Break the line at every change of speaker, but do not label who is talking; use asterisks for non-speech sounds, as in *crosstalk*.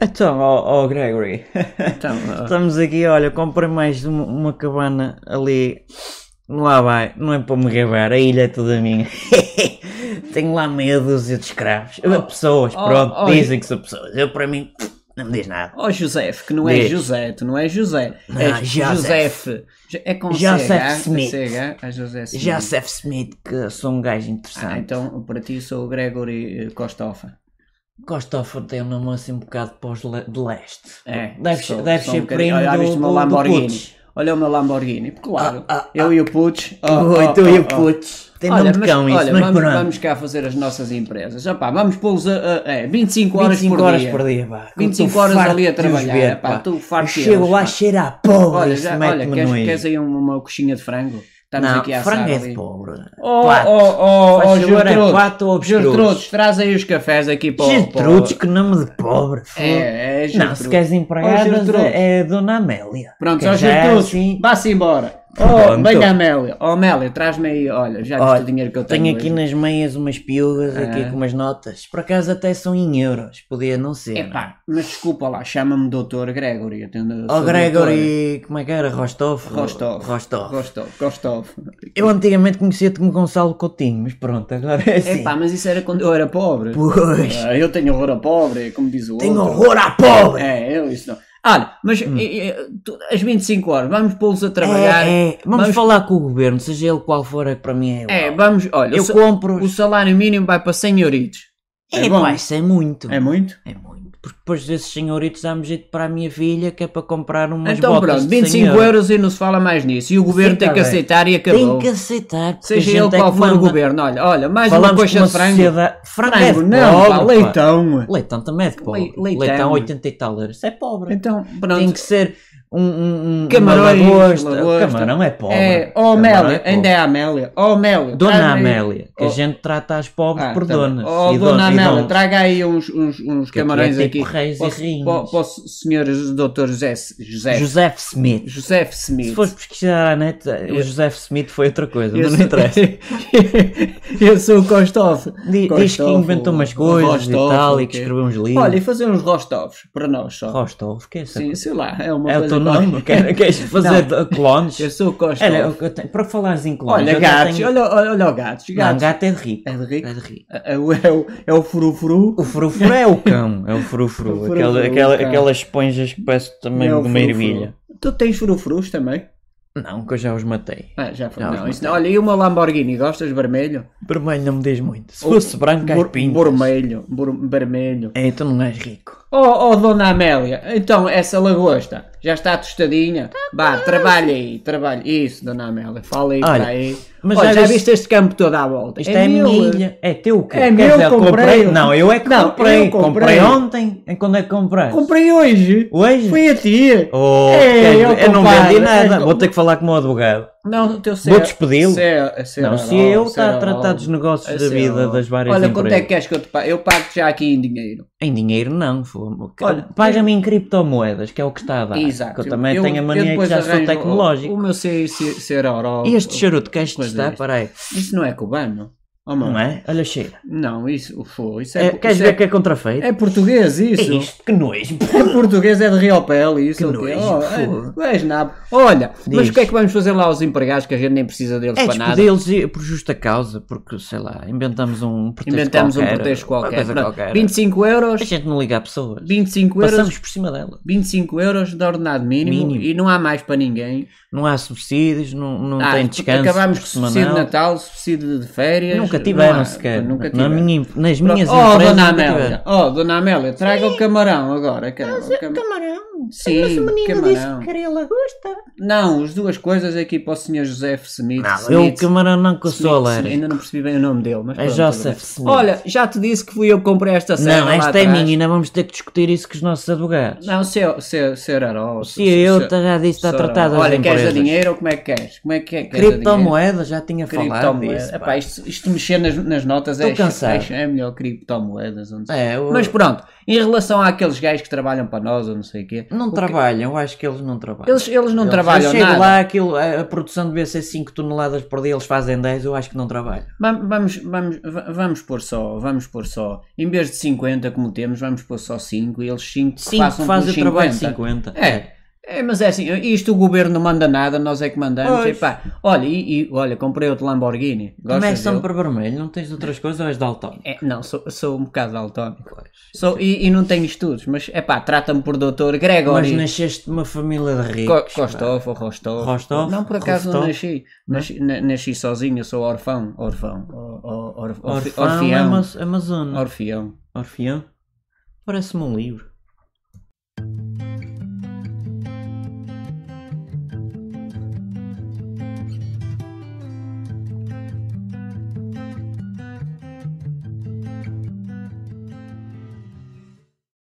Então, ó ó, Gregory, *laughs*
Então, ó,
estamos aqui, olha, comprei mais uma, uma cabana ali no Havaí, não é para me gabar, a ilha é toda minha. *laughs* Tenho lá meia dúzia de escravos,
Oh,
pessoas,
oh,
pronto,
oh,
dizem que são pessoas, eu para mim, não me diz nada.
ó José, que não é
Diz.
José, tu não é José.
Não,
é José.
Joseph.
É com
Joseph
CH,
Smith.
CH, é José Smith.
Joseph Smith, que sou um gajo interessante.
Ah, então, para ti, sou o Gregory eh, Costofa. Ah,
Costofa tem um nome assim um bocado pós de leste.
É,
Deve,
sou-
deve
sou um
ser
bocadinho-
primo
Olha,
do,
viste o
do,
meu
do
Lamborghini.
Putz.
Olha o meu Lamborghini, claro.
Ah, ah,
eu e o Putz. Oh,
Oh,
oh,
então
oh,
e o
oh.
Putz? Tem
Olha,
nome de cão isso, é
olha,
mas
vamos,
pronto.
vamos cá fazer as nossas empresas. Opá, vamos pô-los a, a- é, 25 horas
25
por
horas
dia.
por dia, pá.
25
Eu tô
horas
farto
ali
de
a
os
trabalhar,
ver,
pá, tô farto
Eu
deles,
chego lá
pá.
cheira a pobre,
Olha,
isso
já, olha
mete-me
queres,
no olho.
queres aí uma, uma coxinha de frango? Estamos
Não,
aqui a assar
frango é de
ali.
pobre.
Oh,
Pato.
oh, oh, oh,
Faz favor, é
Gertrudes,
pato ou avestruz?
Gertrudes, traz aí os cafés aqui para o...
Gertrudes, que nome de pobre.
para o- oh, É, é
Não,
Gertrudes.
se queres empregadas
Gertrudes.
é, é Dona Amélia.
Pronto,
Que
ó
já é
Gertrudes,
assim-
vá-se embora. Oh,
Pronto.
venha Amélia. Oh, Amélia, traz-me aí, olha, já viste
Olha,
o dinheiro que eu tenho
Tenho aqui
hoje.
nas meias umas piugas,
Ah.
aqui com umas notas. Por acaso até são em euros, podia não ser. não é?
Epá, mas desculpa lá, chama-me Doutor Gregory. Eu tenho-
Ó
sou
Gregory, como é que era? Rostov?
doutor. Rostov.
Rostov.
Rostov. Rostov.
Eu antigamente conhecia-te como Gonçalo Coutinho, mas pronto, agora é assim.
Epá, mas isso era quando eu era pobre.
Pois,
Ah, eu tenho horror a pobre, como diz o
tenho
outro.
horror à pobre! Hum.
É, eu isso não. Olha, mas eh, eh, tu- às 25 horas, vamos pô-los a trabalhar. É,
É, é. Vamos,
Vamos-
falar com o governo, seja ele qual for, é que para mim é igual.
vamos, olha, o,
Eu
sa-
compro.
o salário mínimo vai para 100 euritos.
É,
é bom.
pá, isso é muito.
É muito?
É muito. Porque depois desses senhoritos dá-me jeito para a minha filha, que é para comprar umas
então
botas
pronto,
de
25
senhora.
euros e não se fala mais nisso. E o governo
Sim,
tem
tá
que
bem.
aceitar e
Tem
acabou.
que aceitar. porque a
Seja
gente
ele
é
qual
que
for o
manda.
gosto. Olha, olha, mais uma
Falamos
coxa
com uma
de frango.
sociedade- Frango, é de
Frango, não, pá,
pobre, pá.
leitão.
Leitão também é de pobre.
Lei- leitão.
Leitão 80 e tal euros. Isso é pobre.
Então, pronto.
Tem que ser um, um, um
Camarões,
uma lagosta.
lagosta.
O camarão é pobre.
É,
O
ó
camarão
Amélia,
é
ainda
pobre.
é a Amélia. Ó Amélia.
Dona
traz-me aí-
Amélia, que
Oh.
a gente trata as pobres
Ah,
por
tá
donas.
bem. Ó
e donos,
Dona
e
Amélia,
donas.
traga aí uns, uns, uns
Que aqui é
camarões
tipo
aqui.
reis e
Posso-
rainhas.
po- Posso, senhores doutor José, José,
Joseph Smith.
Joseph Smith.
Se fores pesquisar à net, o Joseph Smith foi outra coisa, mas não
sou- *laughs*
interessa.
eu sou o Kostov.
Di- Diz que
Kostov,
inventou umas
o
coisas e
Rostov,
tal,
o
e que
quê?
escreveu uns livros.
Olha, e fazer uns Rostovs para nós só.
Rostov, que é essa
Sim, sei lá, é uma
É o
coisa
teu
qualquer.
*laughs*
*laughs*
nome? Quer- Queres fazer clones?
Eu sou o Kostov.
Olha, eu- eu tenho- para falares em clones.
olha,
eu
gatos,
tenho-
olha, olha, olha o gatos,
Não,
gatos.
gato é de rico.
É de rico?
É de rico.
É o, é o, é o furufuru.
O frufru é o cão, é o frufru.
O frufru,
aquela,
o
aquela-
cão.
aquelas esponjas que parece também
É o
de uma
furufuru.
ervilha.
Tu tens furufurus também?
Não, que eu já os matei.
Ah, já foi.
Já
Não,
os
isso não. Olha, e o meu Lamborghini, gostas vermelho?
Vermelho não me diz muito. Se
O-
fosse branco,
Bor-
é pinto.
vermelho, bor- vermelho.
É, então não és rico.
Oh, oh, dona Amélia, então essa lagosta já está tostadinha? Vá, trabalha aí, trabalha. Isso, dona Amélia, fala aí
Olha,
para aí.
mas
Olha,
já
já,
viste-
viste este campo todo à volta?
Isto é, a minha
meu,
ilha. É teu o quê?
É
Quer
meu,
dizer, eu
comprei.
Não, eu é que
Não, eu
comprei. comprei.
comprei.
ontem. Em quando é que compraste?
Comprei hoje.
Hoje?
Foi a ti.
Oh,
É,
queres-
eu
eu, não
compadre,
vendi nada.
és-
Vou ter que falar com o meu advogado.
Não, o teu ser.
Vou despedi-lo.
ser- ser
não, se
herói,
eu
ser
está a tratar
herói.
dos negócios
É
da
ser
vida
herói.
das várias
Olha, quanto é
empresas.
que queres que eu te pague? Eu pago já aqui em dinheiro.
Em dinheiro não, fomo.
Olha,
Paga-me em criptomoedas, que é o que está a dar. Que eu também tenho a mania que
depois
já sou
arranjo
tecnológico.
O, o meu ser, ser, ser herói.
E este charuto que este
Coisa
está,
desta.
peraí,
Isso não é cubano? Oh, mano.
não é? Olha, cheira.
Não, isso foi. Isso é,
É, queres
isso
ver
é,
que é contrafeito?
é português,
É
isso.
isto, que nojo.
É português, é de Riopel, isso.
Que
ou quê?
nojo,
Oh,
fogo.
é, és nabo. Olha, mas
Diz.
o que é que vamos fazer lá aos empregados que a gente nem precisa deles
É
para nada?
despedi-los e- por justa causa, porque sei lá, inventamos um pretexto
Inventamos
qualquer.
um pretexto
uma
qualquer.
coisa
Pronto,
qualquer.
25 euros,
A gente não liga a pessoas.
25 euros,
Passamos por cima dela.
25 euros de ordenado mínimo,
Mínimo.
e não há mais para ninguém.
Não há subsídios, não, não
Ah,
tem descanso.
Acabámos com
semanal.
subsídio de Natal, subsídio de férias.
Nunca
não há,
tiveram sequer.
Nunca
Na
tiveram.
minha, em- nas
Pronto.
minhas
oh,
empresas
dona
nunca
Amélia,
tiveram.
oh, dona Amélia, traga o camarão agora. Carol, o cam-
Camarão.
Sim,
Mas o menino
camarão.
disse que queria lagosta.
Não, as duas coisas aqui para o Sr. José Smith.
Não,
Smith,
eu camarão não que eu sou
Smith,
alérgico.
Ainda não percebi bem o nome dele, mas
É
pronto,
Joseph
tudo
Smith.
bem. Olha, já te disse que fui eu que comprei esta serra
Não,
lá
esta é
atrás.
minha, ainda vamos ter que discutir isso com os nossos advogados.
Não, seu, seu, seu Arol.
Se é eu então já disse, está tratado as
Olha, queres a
empresas.
dinheiro ou como é que queres? Como é que é? Queres a dinheiro?
Criptomoedas, já tinha falado
Criptomoedas.
disso. pá.
Epá, isto, isto mexeu mexer nas, nas notas é,
Tô cansado.
é, é melhor criptomoedas. Ou não sei.
É, o-
Mas pronto, em relação àqueles gajos que trabalham para nós ou não sei o quê,
não trabalham, eu acho que eles não trabalham.
eles, eles não
Eles- eu
trabalham
chego
nada.
lá, aquilo, a a produção devia ser 5 toneladas por dia, eles fazem 10, eu acho que não trabalham.
Vam- Vamos, vamos, va- vamos pôr só, vamos pôr só. Em vez de 50 como temos, vamos pôr só 5 e eles 5
5
façam
fazem
pelos
o trabalho
50.
50.
É, é, mas é assim, isto o governo não manda nada, nós é que mandamos.
Pois.
E pá, olha, e, e olha, comprei outro Lamborghini. Gostas
Começam
dele?
para vermelho, não tens outras coisas ou és daltónico?
É, não, sou, sou um bocado daltónico. Sou, e, e não tenho estudos, mas é pá, trata-me por doutor
Mas
Gregory.
nasceste de uma família de
Co-
ricos. pá.
Kostov ou Rostov.
Rostov,
Não, por acaso não
Rostov.
nasci. Nasci, na- nasci sozinho, eu sou orfão. Orfão. Or, or, or, orfe-
Orfão,
orfeão.
Ama- Amazona.
Orfeão.
Orfeão? Parece-me um livro.